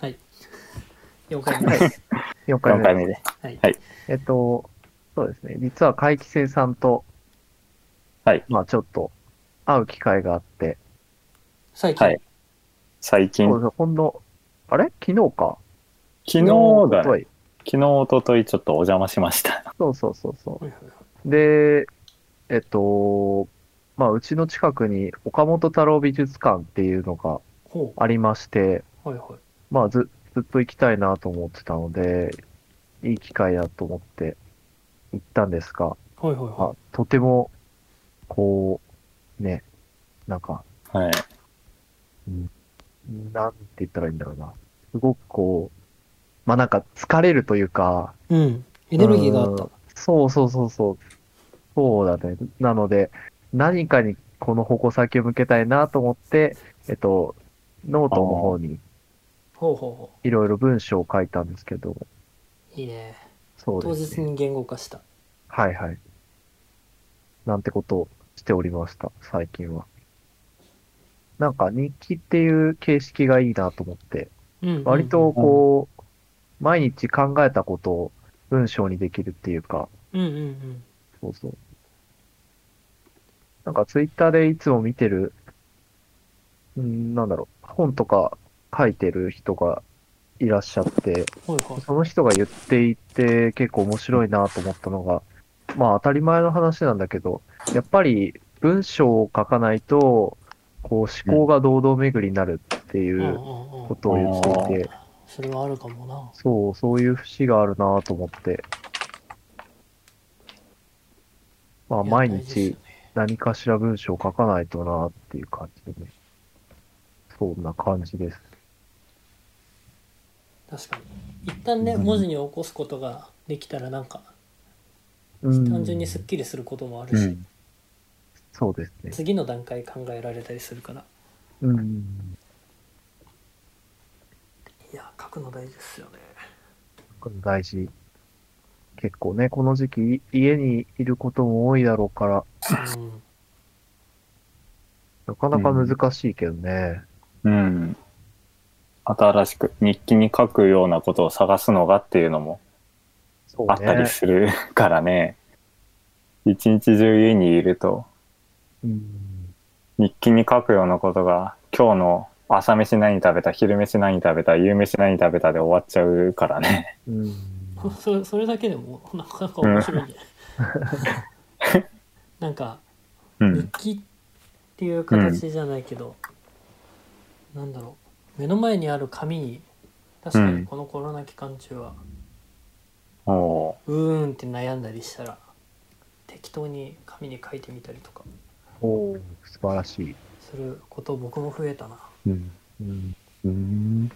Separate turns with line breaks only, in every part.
はい。了解です。
4
4回
回目。
目で。
はい。
えっと、そうですね。実は怪奇生さんと、
はい。
まあちょっと、会う機会があって、
最近。
はい最近
そ、うそうほんの、あれ昨日か
昨日だね、
昨日
昨日、おとといちょっとお邪魔しました。
そうそうそうそ。
はいはいう
で、えっと、まあうちの近くに岡本太郎美術館っていうのが
ほ
ありまして、
う。はいはい。
まあず、ずっと行きたいなと思ってたので、いい機会だと思って行ったんですが、
はいはいは
あとても、こう、ね、なんか、
はい。
なんて言ったらいいんだろうな。すごくこう、まあなんか疲れるというか、
い。うん。エネルギーがあった
うん。そうそうそうそう。そうだね。なので、何かにこの矛先を向けたいなと思って、えっと、ノートの方に
ほうほうほ
いろいろ文章を書いたんですけど、
う。いいね。
そう
当
です
日
ね。
に言語化した。
はいはい。なんてことをしておりました、最近は。なんか日記っていう形式がいいなと思って、
うん。
割とこう、毎日考えたことを文章にできるっていうか、
うんうんうん。
そうそう。なんかツイッターでいつも見てる、うんなんだろう、本とか書いてる人がいらっしゃって、
はいはい。
その人が言っていて結構面白いなと思ったのが、まあ当たり前の話なんだけど、やっぱり文章を書かないと、こう思考が堂々巡りになるってい
うんう
うん
う
こ
ん。
とを言っていて、
それはあるかもな。
そう、そういう節があるなと思って。まあ、
いや
毎。
大事ですよ
日
ね
何かしら文章を書かないとなっていう感じでね。そんな感じです。
確かに。一旦ね、
うん
文字に起こすことができたらなんか、
うん
単純にすっきりすることもあるし、。
そうですね。
次の段階考えられたりするから。
うん。
いや、書くの大事ですよね。
これ大事。結構ね、この時期、家にいることも多いだろうから、
うん。
なかなか難しいけどね。
うん。新しく日記に書くようなことを探すのがっていうのも
そう
あったりするからね。一日中家にいると
うん。
日記に書くようなことが今日の朝飯何食べた、昼飯何食べた、夕飯何食べたで終わっちゃうからね。
うん。
それそれだけでもなかなか面白いね。なんか
う
日
ん。
記っていう形じゃないけど、なんだろう目の前にある紙に確かにこのコロナ期間中は
おー
うーんって悩んだりしたら適当に紙に書いてみたりとか
おー素晴らしい。
すること僕も増えたな。
うん。
うん。
うん。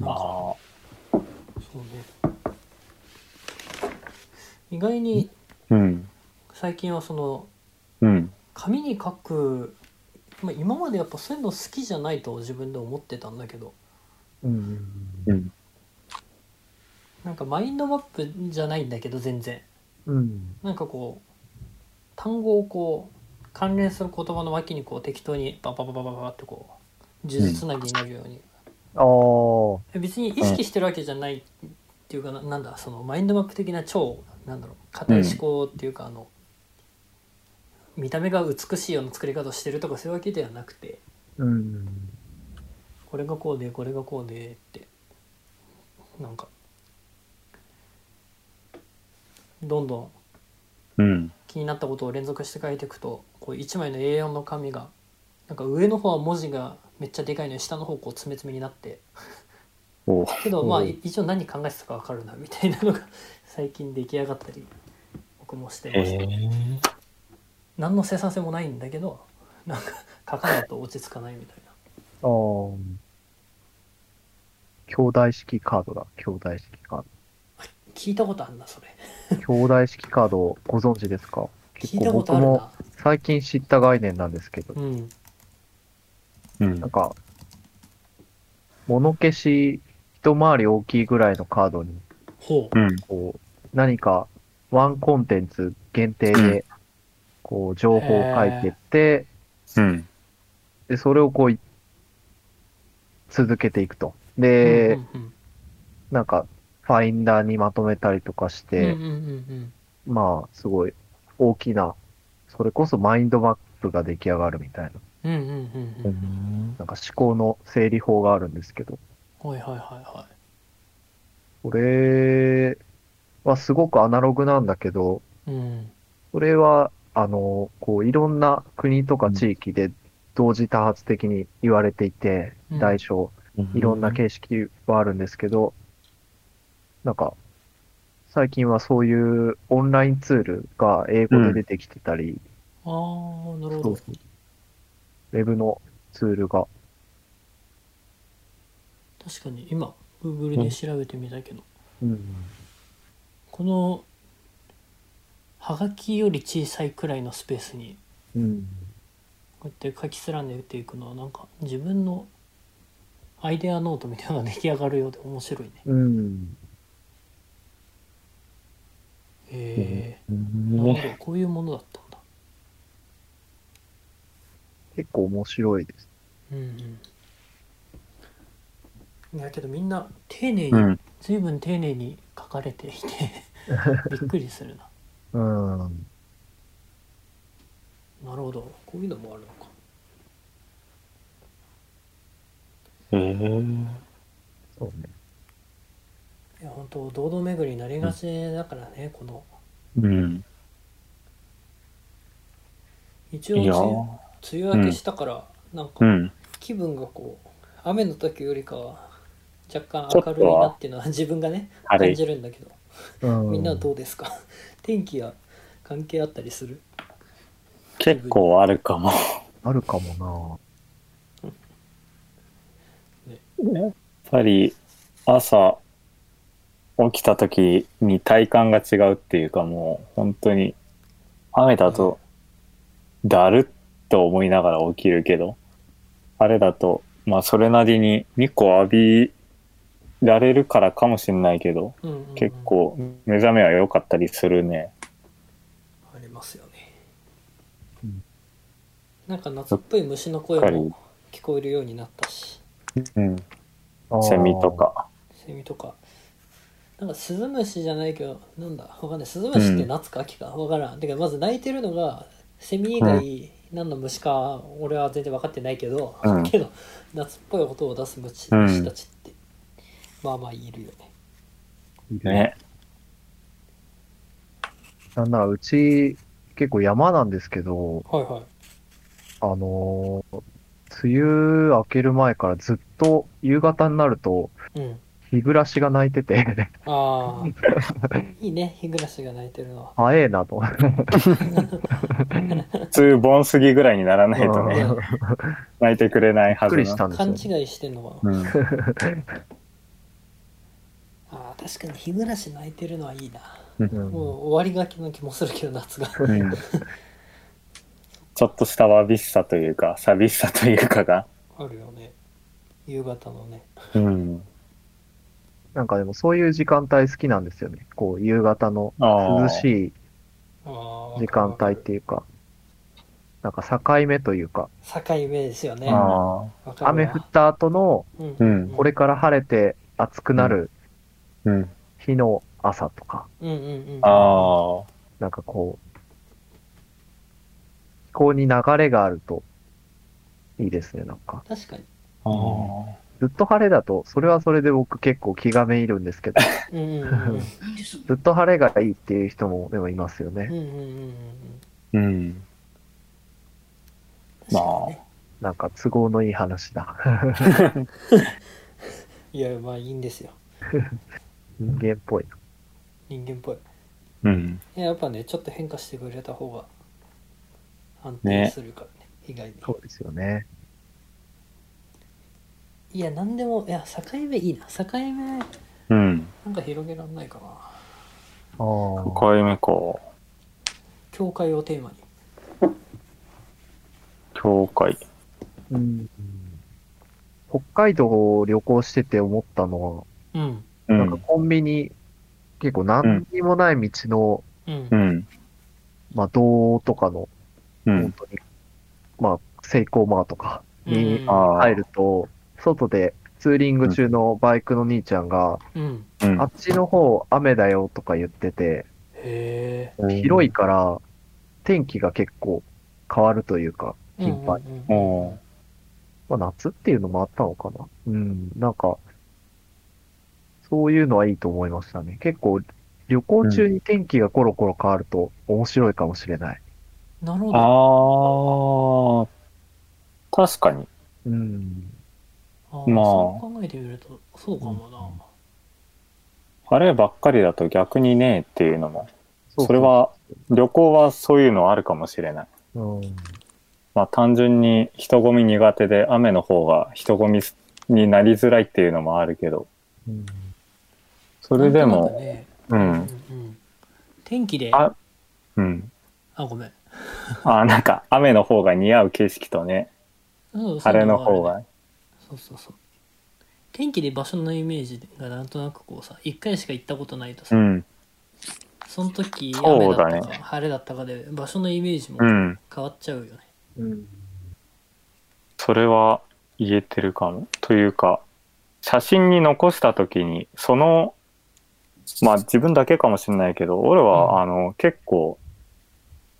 なんか
あ
そうね意外に
あ。うん。
最近はその
うん。
紙に書く、まあ、今までやっぱそういうの好きじゃないと自分で思ってたんだけど
うん。
うん。
なんかマインドマップじゃないんだけど全然
うん。
なんかこう単語をこう関連する言葉の脇にこう適当にババババババってこう数珠つなぎになるように、
ああ。
別に意識してるわけじゃないっていうかななんだそのマインドマップ的な超なんだろう硬い思考っていうかあの、見た目が美しいような作り方をしてるとかそういうわけではなくて
うん。
これがこうでこれがこうでってなんかどんどん
うん。
気になったことを連続して書いていくとこう1枚の A4 の紙がなんか上の方は文字がめっちゃでかいのに下の方こう詰め詰めになって
お
けどまあ
うん
い一応何考えてたか分かるなみたいなのが 最近出来上がったり僕もして
え
ました何の生産性もないんだけどなんか書かないと落ち着かないみたいな
ああ。兄弟式カードだ。兄弟式カー
聞いたことあるなそれ
ド。兄弟式カードご存知ですか結
聞い
構
たこと
僕
ある
も
な
最近知った概念なんですけど、
うん
うん
なんか、物消し一回り大きいぐらいのカードに、
ほう
うん。
こう、何かワンコンテンツ限定で、こう、情報を書いてって、
うん。
で、それをこうい、続けていくと。で、
うんうん
なんか、ファインダーにまとめたりとかし
うん
て、
うんうん
まあ、すごい大きな、それこそマインドマップが出来上がるみたい
う
な、
んうんうんうんうんうん
なんか思考の整理法があるんですけど、
はいはいはいは
これはすごくアナログなんだけど、
い。うん。
それは、あの、こう、いろんな国とか地域で同時多発的に言われていて、
うん
代償、いろんな形式はあるんですけど、なんか、最近はそういうオンラインツールが英語で出てきてたり、
ああ、なるほ
そ
ど
う。ウェブのツールが。
確かに今、Google で調べてみたけど、
うん。
この、はがきより小さいくらいのスペースに、
うん。
こうやって書き連ねていくのは、なんか自分のアイデアノートみたいなのが出来上がるようで面白いね。
うん。
へえ、なるほ
ね
ど。こういうものだったんだ。
結構面白いです。
うんうん。いやけどみんな丁寧に、
うん
随分丁寧に書かれてい てびっくりするな。
うん。
なるほどこういうのもあるのか。
えー
そうね。
いや本当堂々巡りになりがちだからね、この
うん
一
いい
応
よ
梅雨梅雨明けしたから、なん
う
か
ん
気分がこう雨の時よりかは若
ちょ
干明
っとは
るいなっていうのは自分がね
あ
感
れ
じるんだけど
うん、
みんなはどうですか天気や関係あったりする
結構あるかも
あるかも
やっぱり朝起きた時に体感が違うっていうかもう本当に雨だとだるっと思いながら起きるけどあれだとまあそれなりに日光浴びられるからかもしれないけど
うんうんうん
結構目覚めは良かったりするね
ありますよね、
うん
なんか夏っぽい虫の声
やっぱり
も聞こえるようになったし
うん
な。
セミと。か
セミとかなんかスズムシじゃないけどなんだわかんないスズムシって夏か秋かわからんてかまず鳴いてるのがセミ以外何の虫か俺は全然分かってないけど、
うん
けど夏っぽい音を出す虫
うん
虫たちって、まあまあいるよね
ね
なんならうち、結構山なんですけど、
はいはい
あのー梅雨明ける前からずっと夕方になると、
うん
日暮らしが鳴いてて、
ああ いいね日暮らしが鳴いてるのは
早えなと。
普通盆過ぎぐらいにならないと
う
ね
ん
泣いてくれな い
び
は
っく
ずな
りしたんですよ
勘
ね、
違いしてるのは
うん
ああ確かに日暮らし泣いてるのはいいな
うん
もう終わりがけの気もするけど夏 が
うんちょっとしたわびしさというか寂しさというかが、
あるよね夕方のね
うん、
なんかでもそういう時間帯好きなんですよね。こう、夕方の涼し
い
い
ああ
時間帯っていうか、なんか境目というか、
境目ですよね
あー
わかるわ
雨降った後の、
うん
うん
これから晴れて暑くなる
うん、
日の朝とか、
うんうんうん
ああ
なんかこう、気候に流れがあるといいですね、なんか。
確かに
あ
ー
ー
ずっと晴れだと、それはそれで僕結構気がめいるんです けど、
うんうんうん
ずっと晴れがいいっていう人もでもいますよ
うんう
ね。
んうんうん うん
うん
確かにね
なんか都合のいい話 だ。
いやまあいいんですよ
人間っぽいな。
人間っぽい
うん
いややっぱねちょっと変化してくれた方が安定
ね
するからね意外に
そうですよね。
いや何でもいや境目いいな境目な
うん
んか広げらんないかな
ああ。
恋目こう
教会をテーマに
教会
うん北海道を旅行してて思ったの
うん
う
は、なんか
ん
コンビニ、結構何にもない道の、
うん
うん
まあ、道とかの、
う
本
ん
当に、まあ、セイコーマーとか、に
うん
ああ
入ると、外でツーリング中のバイクの兄ちゃんが、
うん
うん
あっちの方雨だよとか言ってて、
へ
広いから天気が結構変わるというか、
え
頻繁
うんうんうん
お
まあ、夏っていうのもあったのかな。うん、なんか、そういうのはいいと思いましたね。結構、旅行中に天気がコロコロ変わると面白いかもしれない。
なるほど
ああ確かに
うん。
あ
まあ
そう考えてみるとそうかもな
晴ればっかりだと逆にねえっていうのも
うう
それ、は旅行はそういうのあるかもしれない
うん。
まあ単純に人混み苦手で雨の方が人混みになりづらいっていうのもあるけど
うん
それで
なんとなく
も、
ね
う
うん
ん
うん天気であ
あうん
ごめん
あなんか雨の方が似合う景色とね
うん
晴れの方が
そうそうそう天気で場所のイメージがなんとなくこうさ1回しか行ったことないと
う
さ、
ん
その時雨
そう
だ
だ
っ
ね
たか、晴れだったかで場所のイメージも
うん
変わっちゃうよね、
うん。
それは言えてるかもというか写真に残した時にそのまあ自分だけかもしれないけど俺
う
は、
ん
あの結構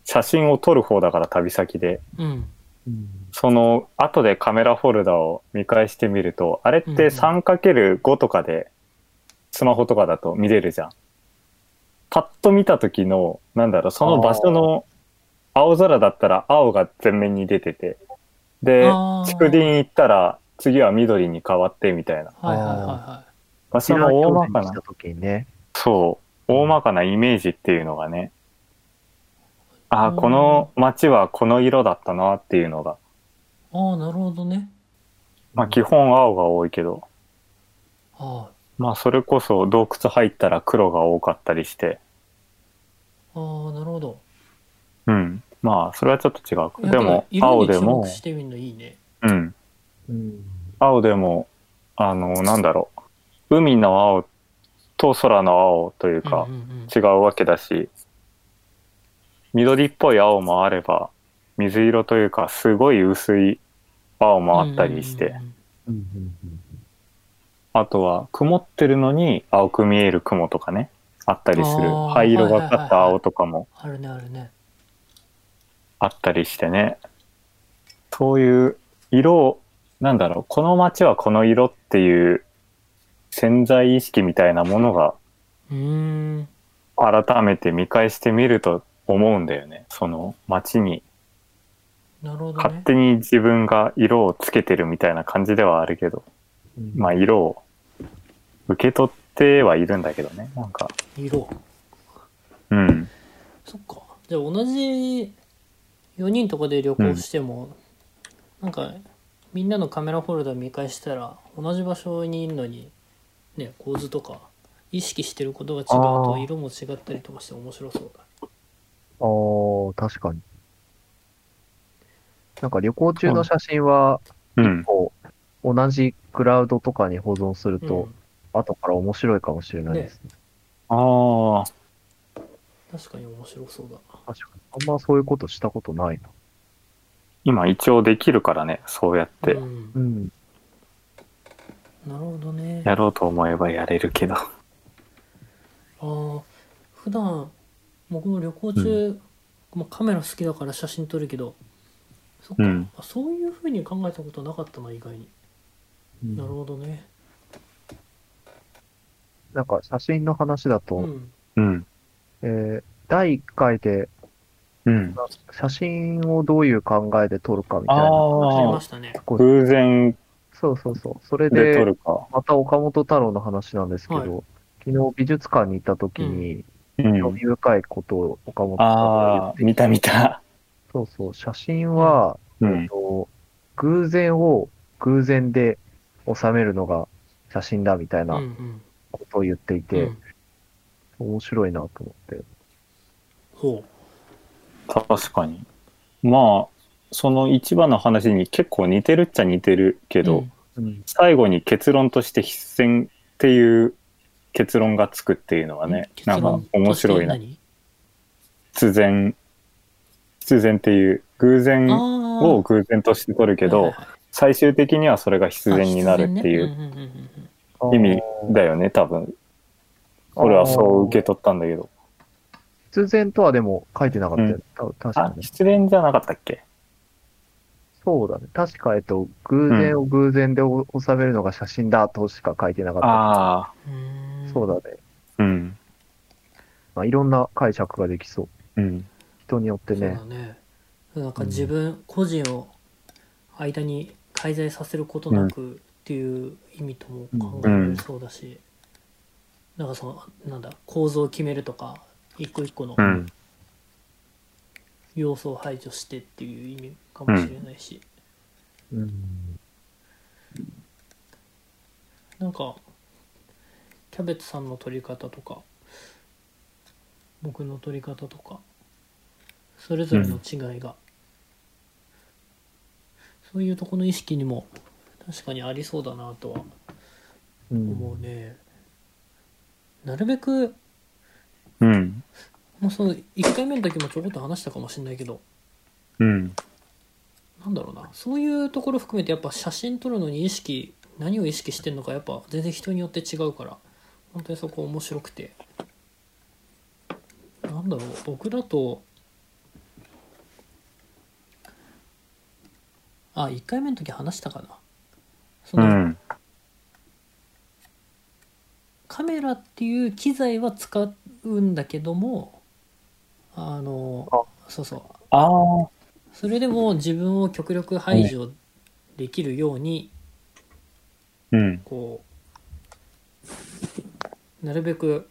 写真を撮る方だから旅先で
うん
うん
その後でカメラフォルダを見返してみるとあれっ
うんう
て
ん
3×5 とかでスマホとかだと見れるじゃん。パッと見た時のなんだろうその場所の青空だったら青が全面に出ててで
あー
竹林行ったら次は緑に変わってみたいな
はいはいはいは
場所の大まか
沖縄に来
な
た時にね。
そう大まかなイメージっていうのがねああ
うん
この街はこの色だったなっていうのが
いああなるほどね
まあ基本青が多いけど
あ
まあそれこそ洞窟入ったら黒が多かったりして
あああなるほど
うんまあそれはちょっと違うかで
やっ
も
ぱ色に
青で
注
も
目してみるのいいね
うん
うん。
青でもあのなんだろう海の青と空の青というか、
うんうんうん
違うわけだし緑っぽい青もあれば水色というかすごい薄い青もあったりして、
うんうんうん
うん。
あとは曇ってるのに青く見える雲とかねあったりする
あー
灰色がかった青とかも
あるねあるね
あったりしてねそういう色をなんだろうこの街はこの色っていう潜在意識みたいなものが
うーん
改めて見返してみると思うんだよねその街に
なるほど
勝
ね
手に自分が色をつけてるみたいな感じではあるけど、
うん
まあ色を受け取ってはいるんだけどね、なんか。
色
うん。
そっかじゃあ同じ4人とかで旅行しても、なんかみんなのカメラフォルダ見返したら同じ場所にいるのにね構図とか意識してることが違うと
あー
色も違ったりとかして面白そうだ
ああ、確かに。なんか旅行中の写真は、
うん。
こう、同じクラウドとかに保存すると、後から面白いかもしれないですね。
ああ、
うん、確かに面白そうだな
確かに。あんまそういうことしたことないな。
今一応できるからね、そうやって
うん
う、ん。
なるほどね
やろうと思えばやれるけど。
あー普段僕も旅行中、まあ、カメラ好きだから写真撮るけどそっか、
うん
あそういうふうに考えたことなかったな意外に、なるほどね
なんか写真の話だと、
うん
うん。
えー第1回で
うん。
写真をどういう考えで撮るかみたいな。
あり
あ
ま
あ、
したね
こう
偶然
そうそうそう。それ
で撮
で、
るか。
また岡本太郎の話なんですけど、
は
昨日美術館に行った時に、
う
興
ん
味。深いことを岡本太郎が
ああ、見た見た。
そうそう、写真は、
う
えっ
ん。
と偶然を偶然で収めるのが写真だみたい
うんう
なんことを言っていうて、
ん
面白いなと思って。
ほ
確かに。まあ、その一番の話に結構似てるっちゃ似てるけ
う
ど、
うん
うん、
最後に結論として必然っていう結論がつくっていうのはね、なんか面白いな。
結
必然、必然っていう偶然
論として何あー
を偶然として取るけ
はい
ど
は、いはい
最終的にはそれが必然になるってい
あ必然
う
ねんんんうん
意味だよね、多分。俺はそう受け取ったんだけど。
必然とはでも書いてなかったよ、
う
た確か
あ、
に。
失恋じゃなかったっけ
そうだね。確か、えっと、偶然を偶然でお収めるのが写真だとしか書いてなかった。
ああ、
うーん
そうだね。
うん。
まあ、いろんな解釈ができそう。
うん。
人によってね
そ。うだねなんか自分個人を間に介在させることなくっていう意味とも考えられそうだし、なんかそのなんだ構造を決めるとか一個一個の
うん。
要素を排除してっていう意味かもしれないし、
うん
なんかキャベツさんの取り方とか僕の取り方とかそれぞれの違いが、そういうとこの意識にも確かにありそうだなとは
うん
思うね、なるべく
うん。
もうそう1回目の時もちょこっと話したかもしれないけど
うん。
なんだろうなそういうところ含めてやっぱ写真撮るのに意識何を意識してんのかやっぱ全然人によって違うから本当にそこ面白くてなんだろう僕だとあ1回目の時話したかなそうの、
ん。
カメラっていう機材は使うんだけどもあのそうそう
ああ、
それでも自分を極力排除できるように、
うん。
こうなるべく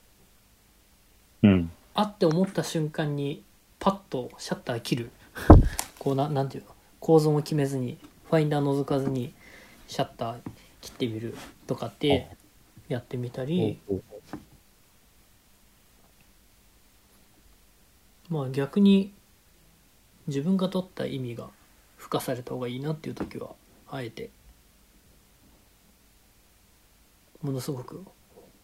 うん。
あって思った瞬間にパッとシャッター切るこうななんていうの構造も決めずにファインダー覗かずにシャッター切ってみるとかってやってみたり、まあ逆に自分が取った意味が付加された方がいいなっていう時はあえてものすごく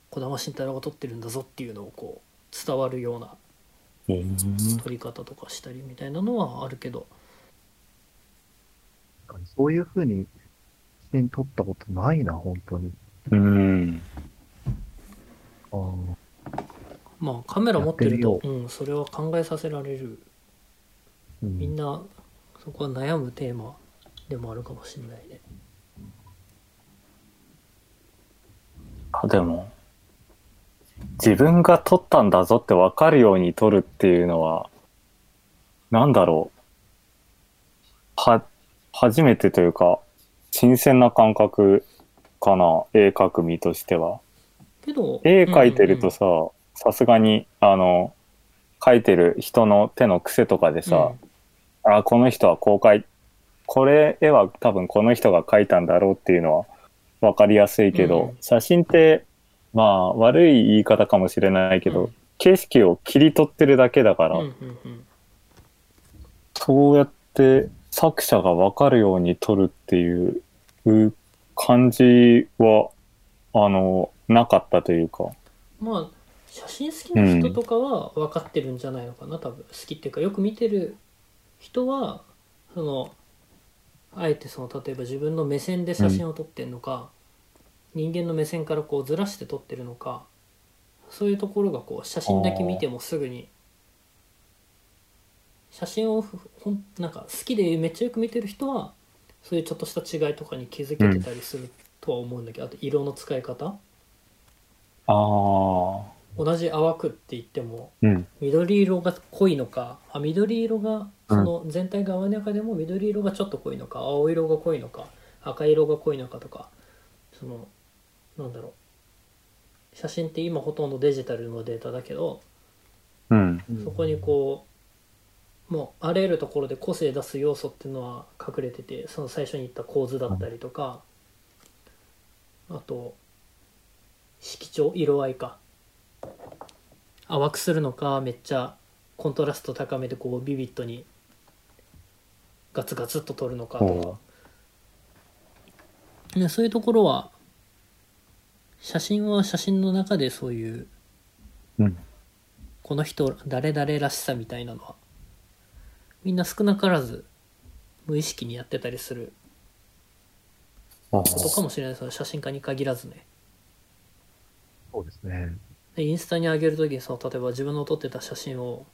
児玉慎太郎が取ってるんだぞっていうのをこう伝わるような
うん
取り方とかしたりみたいなのはあるけど
そういうふうに写真撮ったことないな、本当に。
うん。
あー
まあカメラ持ってる
やっ
と
て
うん、それは考えさせられる
う
みん
ん、
なそこは悩むテーマでもあるかもしれないね。
あ、でも、自分が撮ったんだぞって分かるように撮るっていうのは、なんだろう。は、初めてというか、新鮮な感覚かな、絵描く身としては。
けど
絵描いてるとさ、さすがに、あの、描いてる人の手の癖とかでさ、あこの人はこう描いこれ絵は多分この人が描いたんだろうっていうのは分かりやすいけど、
うん
写真ってまあ悪い言い方かもしれないけど、
うん
景色を切り取ってるだけだから、
うんうんうんうん
そうやって作者が分かるように撮るっていうう感じはあのなかったというか。
まあ写真好きな人とかは分かってるんじゃないのかな、多分好きっていうかよく見てる人はそのあえてその例えば自分の目線で写真を撮ってるのか、人間の目線からこうずらして撮ってるのかそういうところがこう写真だけ見てもすぐに写真をふほんなんか好きでめっちゃよく見てる人はそういうちょっとした違いとかに気づけてたりするとは思うんだけど、あと色の使い方
ああ、
同じ淡くって言っても
うん、
緑色が濃いのかあ緑色がその全体が淡やかでも緑色がちょっと濃いのか青色が濃いのか赤色が濃いのかとかそのなんだろう写真って今ほとんどデジタルのデータだけど
うん、
そこにこうもうあらゆるところで個性出す要素っていうのは隠れててその最初に言った構図だったりとかあと色調色合いか淡くするのかめっちゃコントラスト高めでこうビビッドにガツガツっと撮るのかとか、ね、そういうところは写真は写真の中でそういう
うん、
この人誰々らしさみたいなのはみんな少なからず無意識にやってたりする
あ
ことかもしれないその写真家に限らずね
そうですね。
でインスタに上げる時にその例えば自分の撮ってた写真を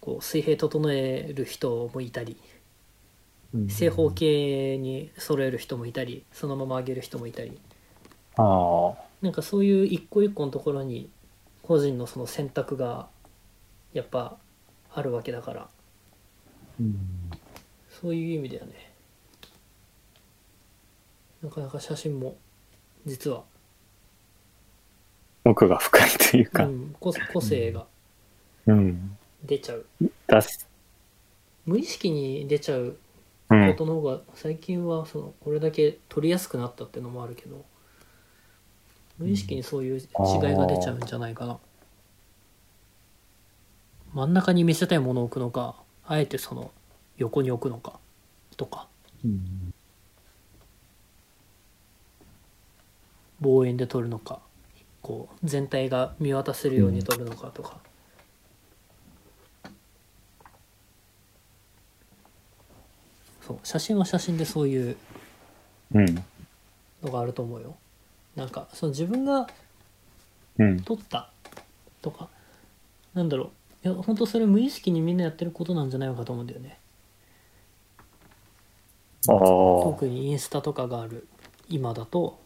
こう水平整える人もいたり
うん
正方形に揃える人もいたりそのまま上げる人もいたり
あー
なんかそういう一個一個のところに個人のその選択がやっぱあるわけだから
うん
そういう意味だよねなかなか写真も実は、
奥が深いという
う
か、
ん、個個性が
うん、
出ちゃう
だし、
無意識に出ちゃう
う
こ
ん、
との方が最近はそのこれだけ撮りやすくなったってのもあるけど無意識にそういう違いが出ちゃうんじゃないかな真ん中に見せたいものを置くのかあえてその横に置くのかとか
うん
望遠で撮るのかこう全体が見渡せるように撮るのかとか、そう写真は写真でそういう
うん、
のがあると思うよなんかその自分が
うん、
撮ったとかなんだろういや本当それ無意識にみんなやってることなんじゃないのかと思うんだよね
ああ、
特にインスタとかがある今だと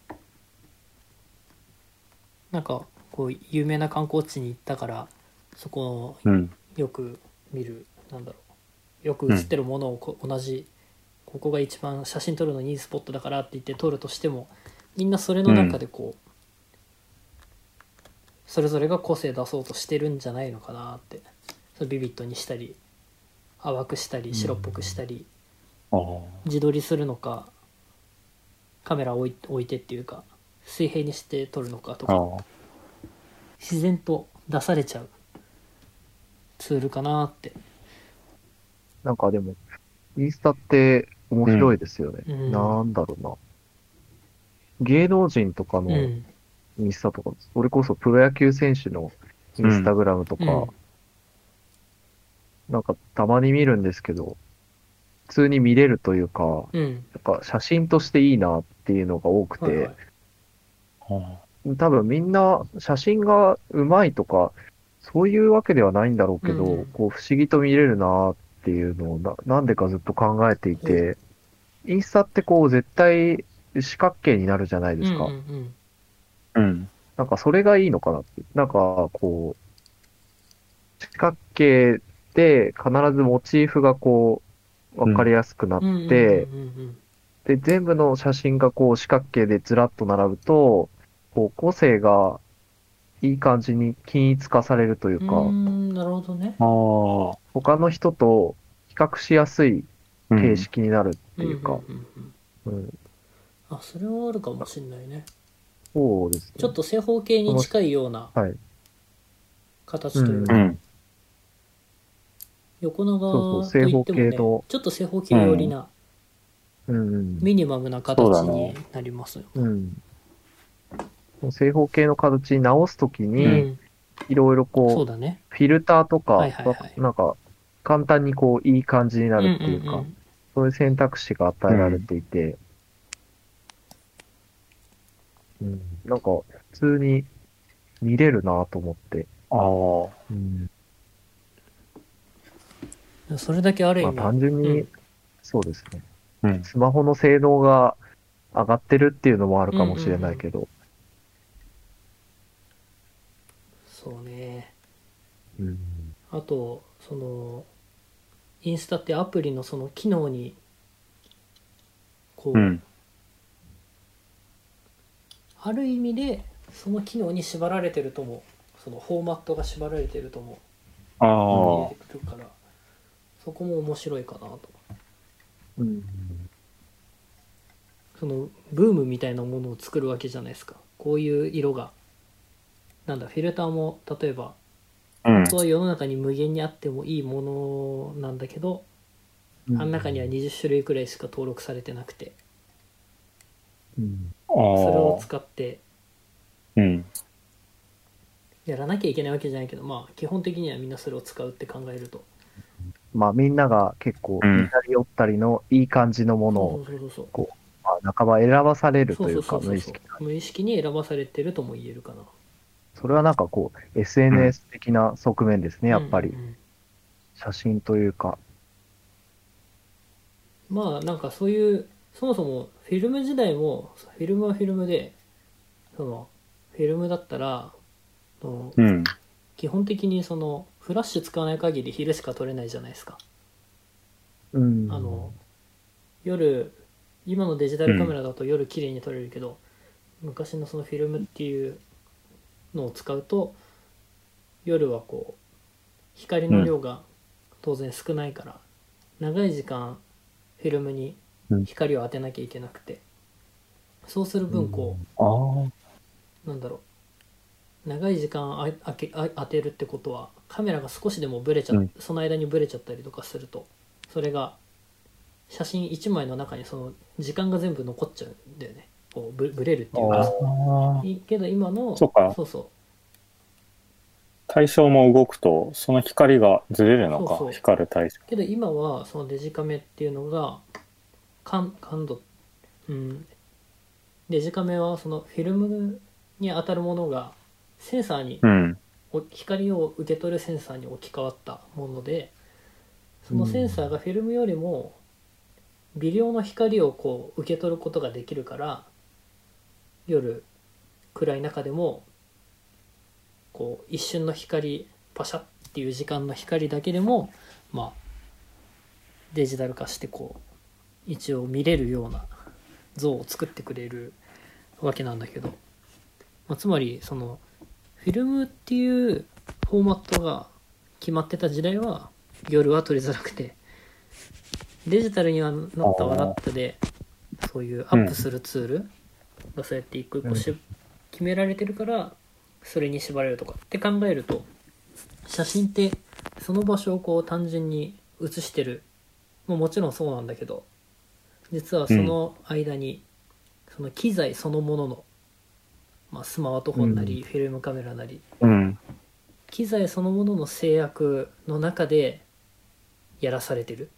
なんかこう有名な観光地に行ったからそこを
うん、
よく見るなんだろうよく写ってるものをこ同じここが一番写真撮るのにいいスポットだからって言って撮るとしてもみんなそれの中でこうそれぞれが個性出そうとしてるんじゃないのかなってそのビビットにしたり淡くしたり白っぽくしたり
ああ。
自撮りするのかカメラ置い置いてっていうか水平にして撮るのかとか
ああ
自然と出されちゃうツールかなって
なんかでも、インスタって面白いですよね。
うん
なんだろうな。芸能人とか
う
の
ん
インスタとか、それこそプロ野球選手のインスタグラムとか、
うん
なんかたまに見るんですけど、普通に見れるというか、
うん
なんか写真としていいなっていうのが多くて、
はいはい
あ
多分みんな写真がうまいとか、そういうわけではないんだろうけど、
うん
こう不思議と見れるなっていうのをななんでかずっと考えていて、インスタってこう絶対四角形になるじゃないですか。
うんうんうん
あうん。
なんかそれがいいのかなって。なんかこう、四角形で必ずモチーフがこう、わかりやすくなって、
うんうんうん
で、全部の写真がこう四角形でずらっと並ぶと、こう個性がいい感じに均一化されるという
うんう
か、
ーんなるほどね
ああ。
他の人と比較しやすい
うん
形式になるっていうか、
んんうん
うん
あそれはあるかもしんないね
そうですね。
ちょっと正方形に近いような
はい
形という
う
か、
ん。
横長
そ
と
うそう
いってもね
正方形と
ちょっと正方形寄りな、
うん
ミニマムな形
そうだ
に
ね
なりますよ、
うん。うん。正方形の形に直すとき
う
う
に、
ん、
いろいろ
そう
こう、
だね
フィルターとか、
はいはいはい
なんか、簡単にこう、いい感じにな
う
る
ん
っていうか、
うんうん
そういう選択肢が与えられていて、うん、なんか、普通に見れるなと思って、
ああ。
うん、
それだけある意
まあ
味、
単純に、
うん
そうですね、
うん。
スマホの性能が上がってるっていうのもあるかもしれないけど、
そうね
うん
あとそのインスタってアプリのその機能にこう、
うん。
ある意味でその機能に縛られてるともそのフォーマットが縛られてるとも
あ
見
あ。
えてくるからそこも面白いかなと
うん
そのブームみたいなものを作るわけじゃないですかこういう色がなんだフィルターも例えば
うん。
本当は世の中に無限にあってもいいものなんだけどあん中には20種類くらいしか登録されてなくて
うん
それを
ああ。
使って
うん。
やらなきゃいけないわけじゃないけどまあ基本的にはみんなそれを使うって考えると
まあみんなが結構、
うん
似たり寄ったりのいい感じのものを、
そうそうそうそう
まああ、仲間選ばされる
そう
とい
そううそ
か、
うそ
無
う
意識。
無意識に選ばされてるとも言えるかな
それはなんかこう、SNS 的な側面ですね、やっぱ
う
り
ん。うん
写真というか。
まあなんかそういうそもそもフィルム時代もフィルムはフィルムでそのフィルムだったらその
うん。
基本的にそのフラッシュ使わない限り昼しか撮れないじゃないですか
うん。
あの夜今のデジタルカメラだと夜綺麗に撮れるけど、昔のそのフィルムっていうのを使うと夜はこう光の量が当然少ないから、長い時間フィルムに光を当てなきゃいけなくて、そうする分こう、
ああ。
なんだろう長い時間ああけあ当てるってことはカメラが少しでもブレちゃ、
うん
その間にブレちゃったりとかするとそれが写真1枚の中にその時間が全部残っちゃうんだよねこうブブレるっていう
あ
か
ああ。
いけど今の
そうか
そうそう
対象も動くと、その光がずれるのか、
そうそう
光る対象。
けど今はそのデジカメっていうのが感感度うんデジカメはそのフィルムに当たるものがセンサーに
うん。
お光を受け取るセンサーに置き換わったものでそのセンサーがフィルムよりも微量の光をこう受け取ることができるから夜暗い中でもこう一瞬の光パシャっていう時間の光だけでもまあデジタル化してこう一応見れるような像を作ってくれるわけなんだけど、まあ、つまりそのフィルムっていうフォーマットが決まってた時代は夜は撮りづらくてデジタルにはなったはなったでそういうアップするツールがそうやって一個一個し、
う
決められてるからそれに縛られるとかって考えると写真ってその場所をこう単純に写してるもうもちろんそうなんだけど実はその間に、その機材そのものの、まあ、スマートフォンなり、フィルムカメラなり
うん。
機材そのものの制約の中でやらされてる、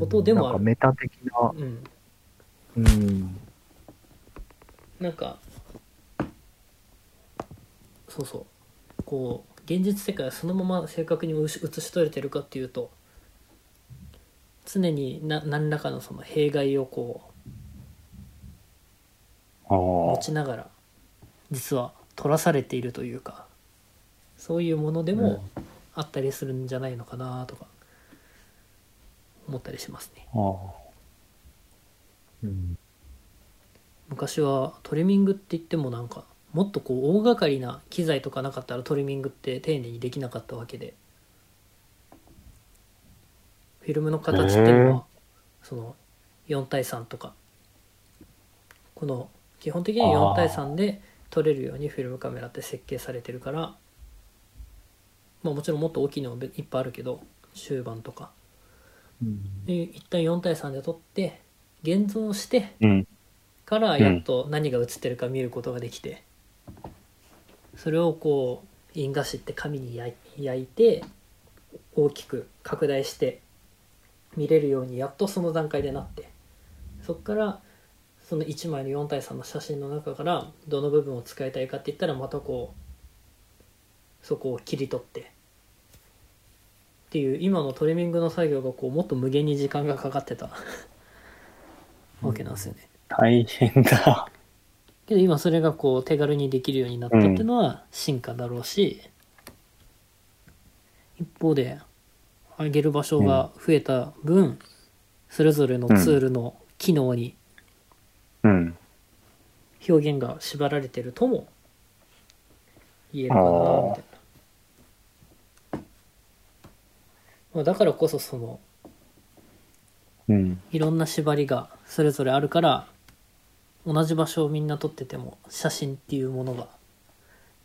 ことでもある
なんかメタ的な。
うん、
うん。
なんかそうそうこう現実世界はそのまま正確に写写し取れてるかっていうと常にな何らかのその弊害をこう
あ
持
あ。
ちながら実は取らされているというかそういうものでもあったりするんじゃないのかなとか思ったりしますね
ああ。
うん
昔はトリミングって言ってもなんかもっとこう大掛かりな機材とかなかったらトリミングって丁寧にできなかったわけでフィルムの形っていうのはその4対3とかこの基本的には4対3で撮れるようにフィルムカメラって設計されてるからまあもちろんもっと大きいのもいっぱいあるけど終盤とか
うん
で一旦4対3で撮って現像して
うん。
からやっと何が映ってるか見ることができて、それをこう印画紙って紙に焼い焼いて大きく拡大して見れるようにやっとその段階でなってそっからその1枚の4対3の写真の中からどの部分を使いたいかって言ったらまたこうそこを切り取ってっていう今のトリミングの作業がこうもっと無限に時間がかかってたわけなんですよね。
大変だ。
けど今それがこう手軽にできるようになったっていうのは進化だろうし、一方で上げる場所が増えた分、それぞれのツールの機能に
うん。
表現が縛られてるとも言えるかなみ
あー
たいな、まあ、だからこそその
うん。
いろんな縛りがそれぞれあるから同じ場所をみんな撮ってても写真っていうものが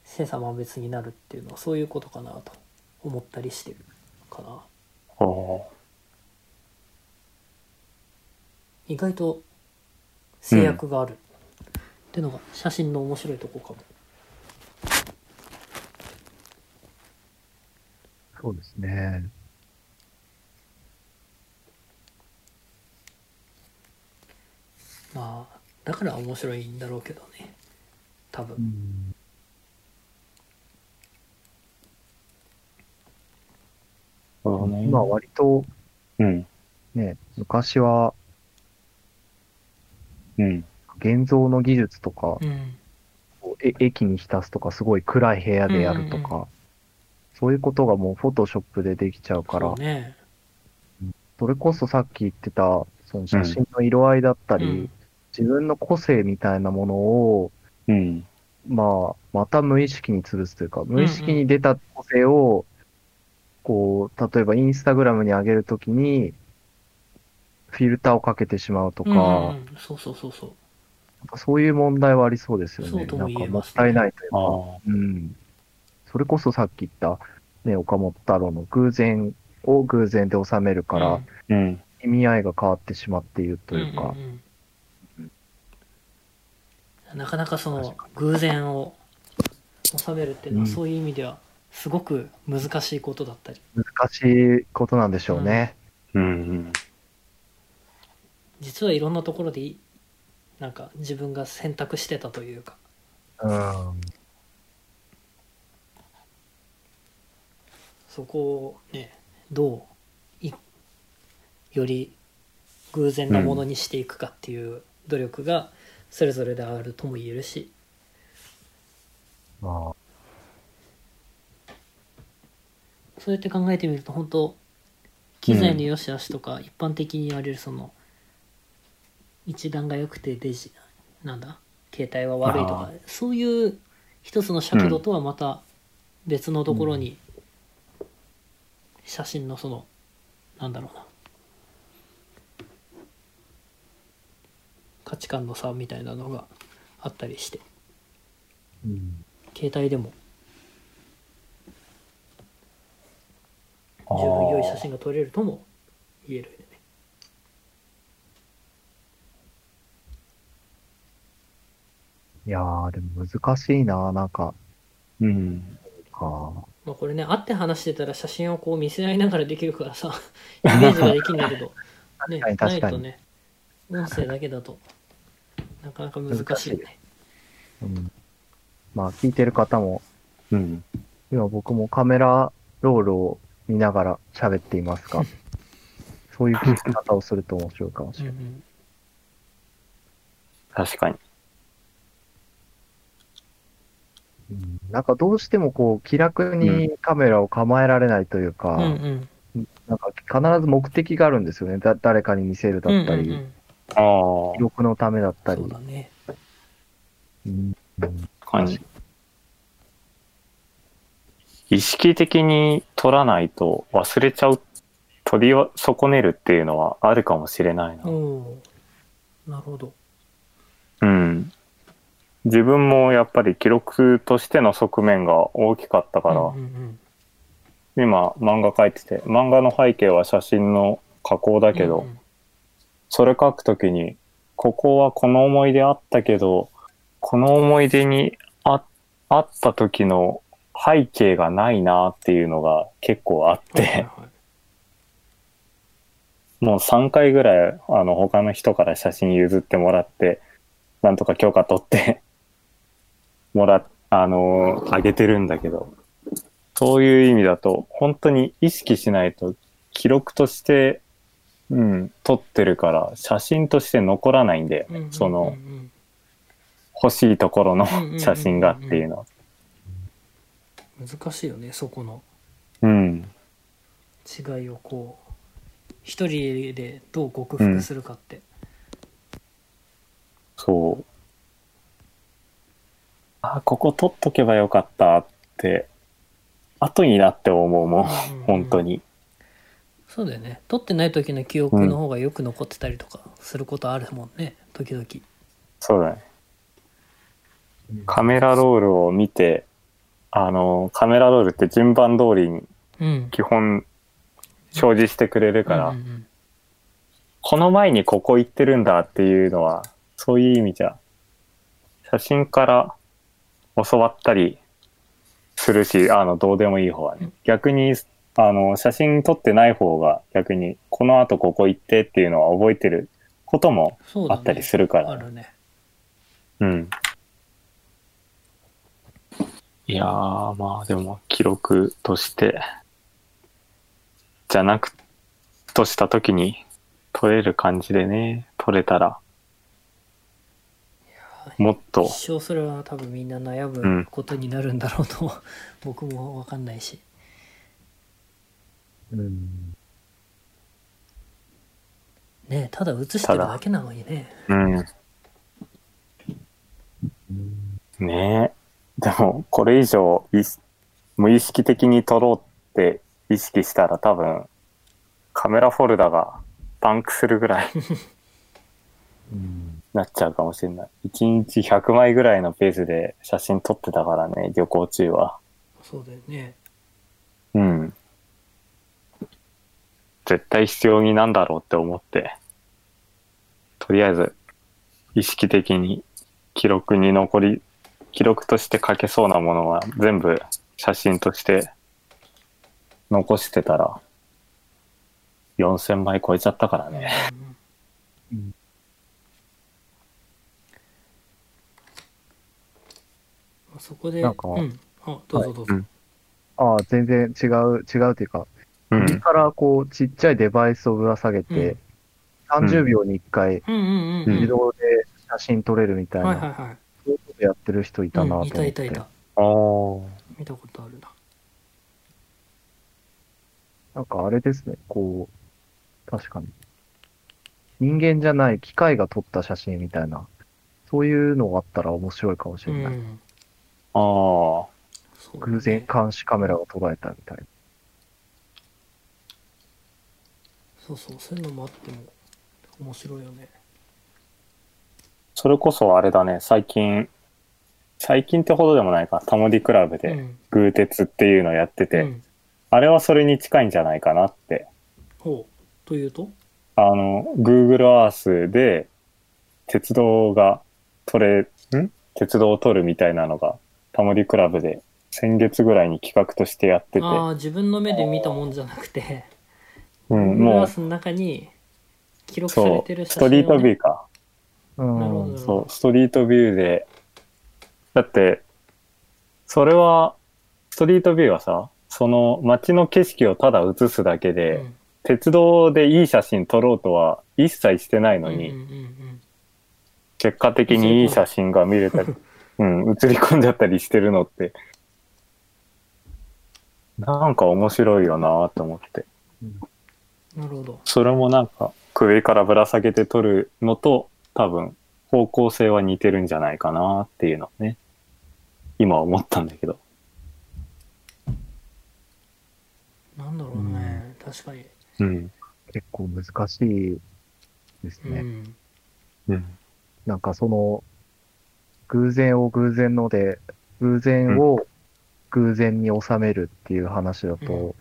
千差万別になるっていうのはそういうことかなと思ったりしてるかな
ああ。
意外と制約がある、っていうのが写真の面白いとこかも
そうですね。
まあだから面白いんだろうけどね多分
なるほどね。
今割と
うん。
ね、昔は
うん。
現像の技術とか、
うん
え液に浸すとか、すごい暗い部屋でやるとか、
うん
そういうことがもうフォトショップでできちゃうから、
そうね
それこそさっき言ってた、その写真の色合いだったり、
うん
自分の個性みたいなものを、
うん。
まあ、また無意識に潰すというか、無意識に出た個性を、こう、例えばインスタグラムに上げるときに、フィルターをかけてしまうとか、
うんうんうんそうそうそうそう
なんかそういう問題はありそうですよ
そう
ね。
と
な
も
ん
言
か
え
もっ
ますね
たいないという
あ
か、
あ。
うん。それこそさっき言った、ね、岡本太郎の偶然を偶然で収めるから、
うん
うん。
意味合いが変わってしまっているというか、
んんうんなかなかその偶然を収めるっていうのは、
うん
そういう意味ではすごく難しいことだったり
難しいことなんでしょうね。
うん。
実はいろんなところでいなんか自分が選択してたというか
うん。
そこをねどういより偶然なものにしていくかっていう努力がそれぞれであるとも言えるし、
まあ、
そうやって考えてみると本当機材の良し悪しとか一般的に言われるその一眼が良くてデジなんだ携帯は悪いと
あ
かそういう一つの尺度とはまた別のところに写真のそのなんだろうな価値観の差みたいなのがあったりして
うん。
携帯でも十
あ
分良い写
あ。
真が撮れるとも言えるよね。
いやー、でも難しいな、なんか、
うん。
か。
まあこれね会って話してたら写真をこう見せ合いながらできるから さイメージができるんだけど、ね、
確か
な
に
いとね音声だけだとなかなか難しいよね
うん。まあ、聞いてる方も、
うん。
今僕もカメラロールを見ながら喋っていま すが、そういう聞き方をすると面白いかもし
うん
れ
う
ない。
ん
確かに。
うんなんかどうしてもこう気楽にカメラを構えられないというか、
うんうん
なんか必ず目的があるんですよね。だ誰かに見せるだったり、
うんうんうん
ああ
記。録のためだったり。
そうだね
うん
感じ。意識的に取らないと忘れちゃう、取り損ねるっていうのはあるかもしれないな
お。おーなるほど
うん。自分もやっぱり記録としての側面が大きかったから、
うんうん
今漫画描いてて、漫画の背景は写真の加工だけど、
うんうん
それ書くときに、ここはこの思い出あったけど、この思い出にああった時の背景がないなっていうのが結構あっ
はいはい
て、
はい
もう3回ぐらい、あの、他の人から写真譲ってもらって、なんとか許可取って、 もらっ、あの、あげてるんだけど、そういう意味だと、本当に意識しないと、記録として、うん、撮ってるから、写真として残らないんだよ
うんうんうんうん、
ねその、欲しいところの
うんうんうんうん
写真がっていうのは。
難しいよねそこの
うん。
違いをこう一人でどう克服するかって、
そう。あ、ここ撮っとけばよかったって、後になって思うも
う
ん。
んうん
本当に。
そうだよね撮ってない時の記憶の方がよく残ってたりとかすることあるもんね、時々
そうだね。カメラロールを見て、あの、カメラロールって順番通りに
うん
基本表示してくれるから、
うんうん
この前にここ行ってるんだっていうのは、そういう意味じゃ、写真から教わったりするし、あの、どうでもいい方は
う
ね
ん。
逆に、あの、写真撮ってない方が逆に、この後ここ行ってっていうのは覚えてることも
そうだ
あ
ね
ったりするから。
あるね
うん。いやー、まあでも、記録として、じゃなく、としたときに、取れる感じでね、取れたら、もっと、
一生それは多分みんな悩
う
む
ん
ことになるんだろうと、 僕も分かんないし
うん。
ねただ写してるだけなのにね
うん、ねえ。でも、これ以上、い無意識的に取ろうって意識したら多分、カメラフォルダがパンクするぐらい
うん。
なっちゃうかもしれない。一日100枚ぐらいのペースで写真撮ってたからね、旅行中は。
そうだよね
うん。絶対必要になんだろうって思って、とりあえず、意識的に記録に残り、記録として書けそうなものは全部写真として残してたら、4000枚超えちゃったからね。
うんまあそこで
なんか
うん、あどうぞどうぞ、
はいうん
ああ、全然違う、違うというか、
う
首
ん。
からこう、ちっちゃいデバイスをぶら下げて、30秒に1回、
うんうんうんうん
自動で写真撮れるみたい
はいはい
な、
は
そういうことやってる人いた
い、
なと
うん、
思っ
いた
て。
いたいた
おー。
見たことあるな
なんかあれですね、こう、確かに。人間じゃない機械が撮った写真みたいな、そういうのがあったら面白いかもし
う
れない。
ん
ああ。
そうだね
偶然監視カメラが捉えたみたいな。
そうそうそういうのもあっても面白いよね
それこそあれだね、最近、最近ってほどでもないか、タモディクラブ
う
で、
ん
グー鉄っていうのをやってて、
うん、
あれはそれに近いんじゃないかなって。
ほうというと
あの、Google Earth で、鉄道が取れ、ん鉄道を取るみたいなのが、タモリクラブで、先月ぐらいに企画としてやってて、
ああ自分の目で見たもんじゃなくて
うん、
グ
も
ラ
う、
スの中に記録され
そ
てる
う、
写真
スト
を、ね、
リートビュ
ー
ーか。
う
なるほど
ん。
そう、ストリートビューで、だって、それは、ストリートビューはさ、その街の景色をただ映すだけで、
うん
鉄道でいい写真撮ろうとは一切してないのに、
うんうんうん
結果的にいい写真が見れた り、うん、映り込んじゃったりしてるのって、なんか面白いよなと思って。
うんなるほど
それもなんか、首からぶら下げて撮るのと、多分、方向性は似てるんじゃないかなっていうのをね、今思ったんだけど。
なんだろうね、確かに、
うん。
結構難しいです
う
ね。
ん、
うん。
なんかその、偶然を偶然ので、偶然を偶然に収めるっていう話だと、
うん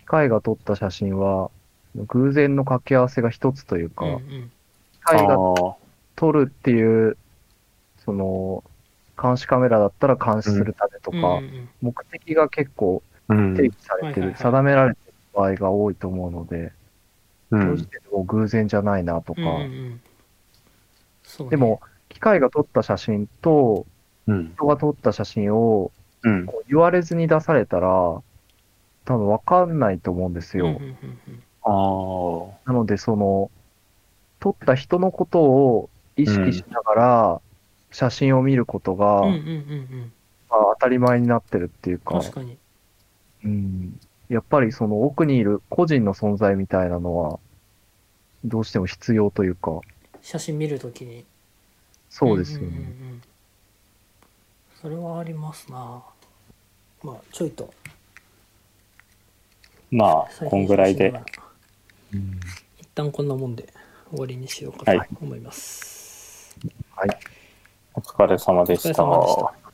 機械が撮った写真は、偶然の掛け合わせが一つというか、
うんう
機
ん
あ
械が
あ、
撮るっていう、その、監視カメラだったら監視するためとか、
うんうん
目的が結構
うん。
定義されて
うんはいはいは
る、
い
定められてる場合が多いと思うので、
う
どうし
ん。
ても偶然じゃないなとか、
うんうんうんそうね
でも、機械が撮った写真と、
うん。
人が撮った写真を
うん。
こう言われずに出されたら、多分わかんないと思うんです
うんう
よ。
んうんうん
ああ。
なので、その、撮った人のことを意識しながら、写真を見ることが、
うんうんうん
まあ、当たり前になってるっていう
う
か
ん、確かに
うん、やっぱりその奥にいる個人の存在みたいなのは、どうしても必要というか、
写真見るときに
そうですよね。
んんうんうんそれはありますなまあちょいと
まあ、
最近
こんぐらい
写真
で
は。一旦こんなもんで終わりにしようか
は
と
い
思います、
お疲れ様
お
で
疲れ
した。
様でした